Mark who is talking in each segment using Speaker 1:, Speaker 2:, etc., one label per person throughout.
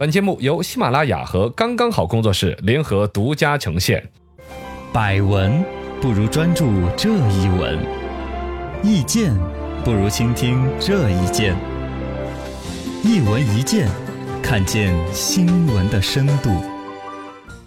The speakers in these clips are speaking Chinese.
Speaker 1: 本节目由喜马拉雅和刚刚好工作室联合独家呈现。
Speaker 2: 百闻不如专注这一闻，意见不如倾听这一见。一闻一见，看见新闻的深度。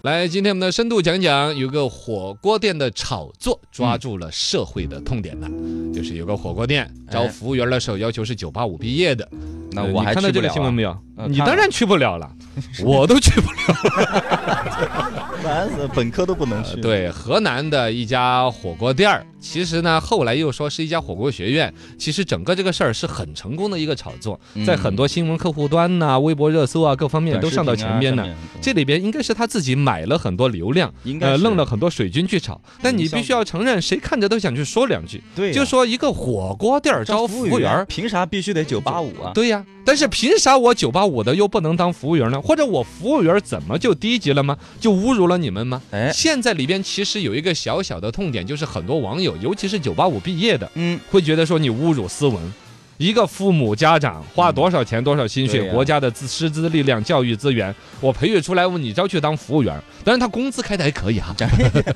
Speaker 3: 来，今天我们的深度讲讲，有个火锅店的炒作抓住了社会的痛点了，就是有个火锅店招
Speaker 4: 哎
Speaker 3: 服务员的时候要求是九八五毕业的，
Speaker 4: 那
Speaker 3: 呃
Speaker 4: 我
Speaker 3: 你
Speaker 4: 还
Speaker 3: 看到
Speaker 4: 去
Speaker 3: 这
Speaker 4: 不
Speaker 3: 个
Speaker 4: 了
Speaker 3: 新闻
Speaker 4: 啊。
Speaker 3: 没有？
Speaker 4: 嗯
Speaker 3: 你
Speaker 4: 看
Speaker 3: 当
Speaker 4: 了
Speaker 3: 然去不了了， 我都去不了。
Speaker 2: 烦死，本科都不能去。
Speaker 3: 对，河南的一家火锅店儿，其实呢，后来又说是一家火锅学院，其实整个这个事儿是很成功的一个炒作，
Speaker 4: 嗯
Speaker 3: 在很多新闻客户端呐、微博热搜啊各方面都上到前边呢。这里边应该是他自己买了很多流量，
Speaker 4: 应该
Speaker 3: 呃，
Speaker 4: 是嗯
Speaker 3: 弄了很多水军去炒。但你
Speaker 4: 营销
Speaker 3: 必须要承认，谁看着都想去说两句。
Speaker 4: 对呀
Speaker 3: 就说一个火锅店儿招服务员儿，
Speaker 4: 凭啥必须得九八五啊？
Speaker 3: 对呀，但是凭啥我九八五的又不能当服务员呢？或者我服务员怎么就低级了吗？就侮辱了你们吗？
Speaker 4: 哎
Speaker 3: 现在里边其实有一个小小的痛点，就是很多网友，尤其是九八五毕业的，
Speaker 4: 嗯，
Speaker 3: 会觉得说你侮辱斯文。一个父母家长花多少钱、多少心血，
Speaker 4: 对呀
Speaker 3: 国家的资师资力量、教育资源，我培育出来，你招去当服务员，当然他工资开的还可以 哈、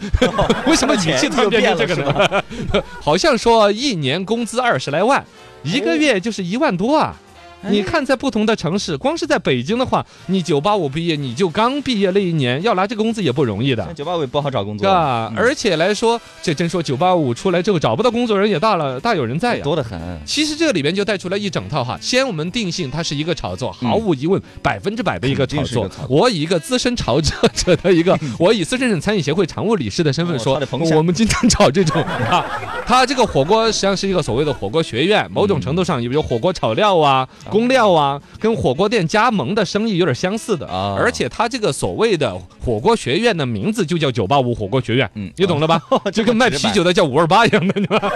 Speaker 3: 为什么你气突然变成这个呢？ 好像说一年工资二十来万，一个月就是一万多啊。
Speaker 4: 哎
Speaker 3: 你看，在不同的城市，光是在北京的话，你九八五毕业，你就刚毕业那一年，要拿这个工资也不容易的，
Speaker 4: 九八五也不好找工
Speaker 3: 是
Speaker 4: 作
Speaker 3: 吧
Speaker 4: 啊？，
Speaker 3: 而且来说，这真说九八五出来之后找不到工作人也大了，大有人在呀。
Speaker 4: 多得很。
Speaker 3: 其实这里边就带出来一整套哈。先我们定性，它是一个炒作，
Speaker 4: 嗯
Speaker 3: 毫无疑问，百分之百的一个
Speaker 4: 肯
Speaker 3: 炒
Speaker 4: 定是一
Speaker 3: 作。
Speaker 4: 个炒作嗯
Speaker 3: 我以一个资深炒作者的一个，我以四川省餐饮协会常务理事的身份
Speaker 4: 哦
Speaker 3: 说
Speaker 4: 他得捧，下
Speaker 3: 我们经常炒这 种啊。它这个火锅实际上是一个所谓的火锅学
Speaker 4: 嗯
Speaker 3: 院，某种程度上，比如火锅炒料啊、工料啊，跟火锅店加盟的生意有点相似的
Speaker 4: 哦
Speaker 3: 而且它这个所谓的火锅学院的名字就叫九八五火锅学院，
Speaker 4: 嗯
Speaker 3: 你懂了吧？就跟卖啤酒的叫五二八一样的，你知道吧？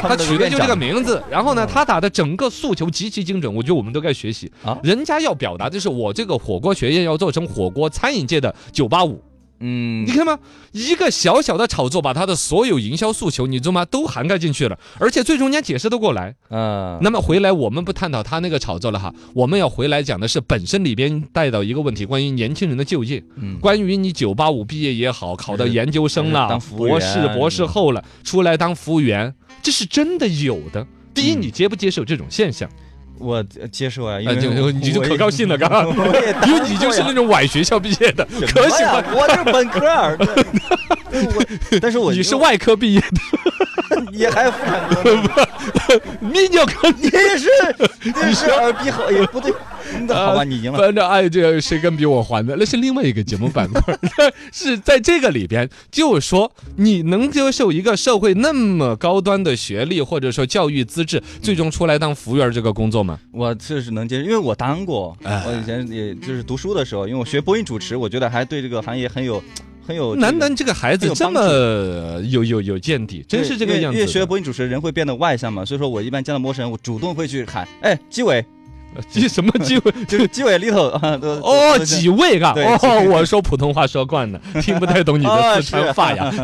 Speaker 3: 他取的就这个名字，然后呢，
Speaker 4: 嗯
Speaker 3: 他打的整个诉求极其精准，我觉得我们都该学习
Speaker 4: 啊
Speaker 3: 人家要表达的是我这个火锅学院要做成火锅餐饮界的九八五，
Speaker 4: 嗯
Speaker 3: 你，看吗？一个小小的炒作，把他的所有营销诉求，你知道吗？都涵盖进去了，而且最终人家解释得过来。
Speaker 4: 嗯，
Speaker 3: 那么回来我们不探讨他那个炒作了哈，我们要回来讲的是本身里边带到一个问题，关于年轻人的就业，
Speaker 4: 嗯
Speaker 3: 关于你九八五毕业也好，考到
Speaker 4: 是
Speaker 3: 研究生
Speaker 4: 是
Speaker 3: 了
Speaker 4: 当、服务
Speaker 3: 博士、
Speaker 4: 员
Speaker 3: 博士后了，出来当服务员，这是真的有的。第一，
Speaker 4: 嗯
Speaker 3: 你接不接受这种现 象？
Speaker 4: 我接受啊，因
Speaker 3: 啊，就
Speaker 4: 为
Speaker 3: 你就
Speaker 4: 我
Speaker 3: 可高兴了，刚刚，
Speaker 4: 我也
Speaker 3: 因为你
Speaker 4: 啊
Speaker 3: 就是那种歪学校毕业的，可喜欢。，
Speaker 4: 我就是本科 儿。对我但是我
Speaker 3: 你是外科毕业的，
Speaker 4: 也还有妇产科呢，
Speaker 3: 泌尿科
Speaker 4: 你 也是你是耳鼻喉也不对，那好吧，你赢了。
Speaker 3: 反 正哎，这个谁敢比我还的？那是另外一个节目板块儿， 是在这个里边，就是说你能接受一个社会那么高端的学历或者说教育资质，最终出来当服务员这个工作吗？
Speaker 4: 我确实能接受，因为我当过，
Speaker 3: 哎
Speaker 4: 我以前也就是读书的时候，因为我学播音主持，我觉得还对这个行业很有很有这个。
Speaker 3: 楠楠这个孩子这么有有有见地，真是这个
Speaker 4: 对因为
Speaker 3: 样子
Speaker 4: 因为学
Speaker 3: 的。
Speaker 4: 播音主持人会变得外向嘛，所以说我一般见到陌生人，我主动会去喊，哎，纪 委，
Speaker 3: 这什么机会？
Speaker 4: 就是纪委里头 啊，都
Speaker 3: 哦，几位啊？
Speaker 4: 对
Speaker 3: 哦，我说普通话说惯了，听不太懂你的四川话呀。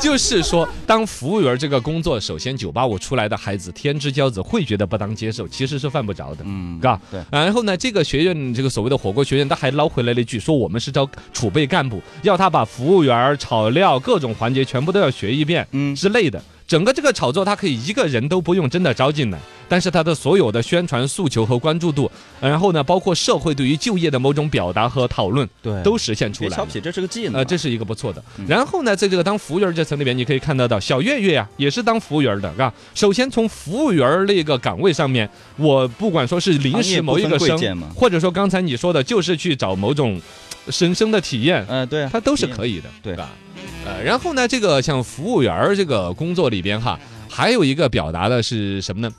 Speaker 3: 就是说，当服务员这个工作，首先九八五出来的孩子天之骄子会觉得不当接受，其实是犯不着的。
Speaker 4: 嗯，
Speaker 3: 嘎，
Speaker 4: 对
Speaker 3: 然后呢，这个学院，这个所谓的火锅学院，他还捞回来了一句，说我们是招储备干部，要他把服务员儿、炒料各种环节全部都要学一遍，
Speaker 4: 嗯
Speaker 3: 之类的。整个这个炒作，他可以一个人都不用真的招进来，但是他的所有的宣传诉求和关注度，呃然后呢，包括社会对于就业的某种表达和讨论，
Speaker 4: 对
Speaker 3: 都实现出
Speaker 4: 别
Speaker 3: 来
Speaker 4: 瞧
Speaker 3: 了。
Speaker 4: 不起，这是个技能嘛，
Speaker 3: 呃，这是一个不错的。
Speaker 4: 嗯
Speaker 3: 然后呢，在这个当服务员这层里面，你可以看得到小岳岳呀，也是当服务员的，啊。首先从服务员那个岗位上面，我不管说是临时某一个
Speaker 4: 哎行业不分贵
Speaker 3: 生
Speaker 4: 贱嘛，
Speaker 3: 或者说刚才你说的，就是去找某种神圣的体验，
Speaker 4: 嗯，对啊，
Speaker 3: 它都是可以的，
Speaker 4: 对
Speaker 3: 吧？呃，然后呢，这个像服务员儿这个工作里边哈，还有一个表达的是什么呢？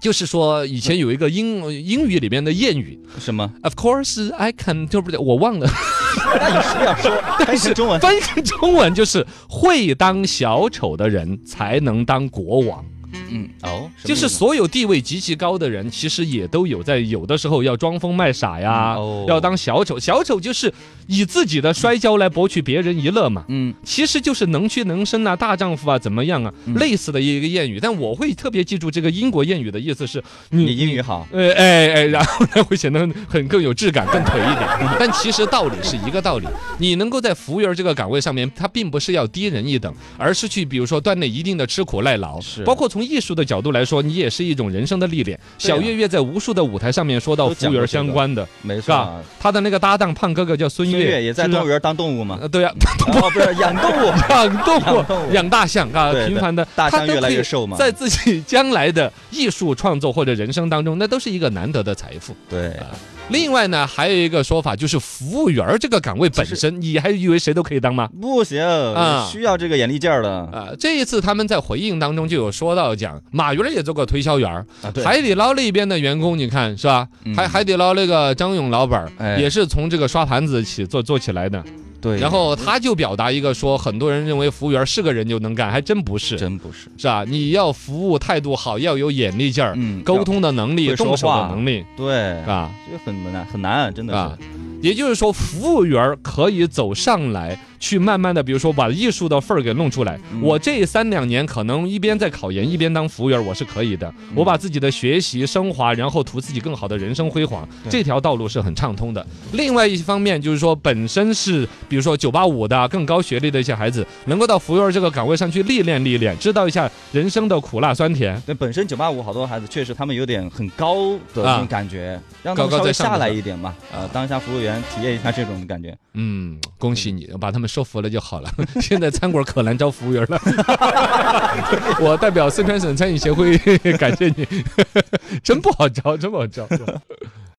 Speaker 3: 就是说，以前有一个英英语里边的谚语
Speaker 4: 什么？
Speaker 3: ，Of course I can，就不对，我忘了，
Speaker 4: 那你是不是要说，但是中 文
Speaker 3: 翻译成中文就是会当小丑的人才能当国王。
Speaker 4: 嗯，哦，什么
Speaker 3: 就
Speaker 4: 意
Speaker 3: 是
Speaker 4: 思
Speaker 3: 所有地位极其高的人，其实也都有在有的时候要装疯卖傻呀，
Speaker 4: 哦
Speaker 3: 要当小丑。小丑就是以自己的摔跤来博取别人一乐嘛，
Speaker 4: 嗯，
Speaker 3: 其实就是能屈能伸啊，大丈夫啊，怎么样啊，类似的一个谚语。但我会特别记住这个英国谚语的意思是，
Speaker 4: 你英语好，
Speaker 3: 呃，哎哎，然后呢会显得很更有质感、更颓一 点。但其实道理是一个道理，你能够在服务员这个岗位上面，他并不是要低人一等，而是去比如说锻炼一定的吃苦耐劳。
Speaker 4: 是
Speaker 3: 包括从艺术的角度来说，你也是一种人生的历练。
Speaker 4: 对啊
Speaker 3: 小岳岳在无数的舞台上面说到
Speaker 4: 都
Speaker 3: 服务
Speaker 4: 讲
Speaker 3: 员
Speaker 4: 过这个
Speaker 3: 相关的，
Speaker 4: 没
Speaker 3: 是
Speaker 4: 错
Speaker 3: 吧
Speaker 4: 啊。？
Speaker 3: 他的那个搭档胖哥哥叫孙
Speaker 4: 孙
Speaker 3: 越，
Speaker 4: 悦也在
Speaker 3: 是吧
Speaker 4: 动物园当动物 嘛，
Speaker 3: 呃，对呀、
Speaker 4: 哦，不是养动 物，
Speaker 3: 养动
Speaker 4: 养动
Speaker 3: 物、
Speaker 4: 物
Speaker 3: 养大象啊，
Speaker 4: 对
Speaker 3: 频繁的，
Speaker 4: 大
Speaker 3: 他
Speaker 4: 象
Speaker 3: 都
Speaker 4: 越来
Speaker 3: 可以
Speaker 4: 越瘦嘛
Speaker 3: 在自己将来的艺术创作或者人生当中，那都是一个难得的财富。
Speaker 4: 对，
Speaker 3: 另外呢，还有一个说法就是服务员儿这个岗位本身，你还以为谁都可以当吗？
Speaker 4: 不行
Speaker 3: 啊，
Speaker 4: 需要这个眼力劲儿的
Speaker 3: 啊、这一次他们在回应当中就有说到讲，马云儿也做过推销员儿，
Speaker 4: 啊，对，
Speaker 3: 海底捞那边的员工，你看是吧？
Speaker 4: 嗯
Speaker 3: 海海底捞那个张勇老板儿、
Speaker 4: 哎
Speaker 3: 也是从这个刷盘子起做做起来的，
Speaker 4: 对，
Speaker 3: 然后他就表达一个说，很多人认为服务员儿是个人就能干，还真不是，
Speaker 4: 真不是，
Speaker 3: 是吧？你要服务态度好，要有眼力劲儿，
Speaker 4: 嗯
Speaker 3: 沟通的能力，
Speaker 4: 会说
Speaker 3: 动手的
Speaker 4: 话
Speaker 3: 能力，
Speaker 4: 对，
Speaker 3: 啊。
Speaker 4: 这很难很难，真的
Speaker 3: 啊
Speaker 4: 是，，
Speaker 3: 也就是说，服务员儿可以走上来，去慢慢的，比如说把艺术的份儿给弄出来。
Speaker 4: 嗯
Speaker 3: 我这三两年可能一边在考研，一边当服务员儿，我是可以的。
Speaker 4: 嗯
Speaker 3: 我把自己的学习升华，然后图自己更好的人生辉煌，
Speaker 4: 对
Speaker 3: 这条道路是很畅通的。另外一方面就是说，本身是比如说九八五的更高学历的一些孩子，能够到服务员儿这个岗位上去历练历练，知道一下人生的苦辣酸甜。
Speaker 4: 对，本身九八五好多孩子确实他们有点很高的那
Speaker 3: 啊
Speaker 4: 种感觉，让他
Speaker 3: 高高
Speaker 4: 们稍
Speaker 3: 在上的啊
Speaker 4: 微下来
Speaker 3: 是吧
Speaker 4: 一点嘛，呃，当一下服务员，体验一下这种感觉。
Speaker 3: 嗯，恭喜你，把他们说服了就好了。 现在餐馆可难招服务员了。 我 代表四川省餐饮协会感谢你，真不好招，真不好招。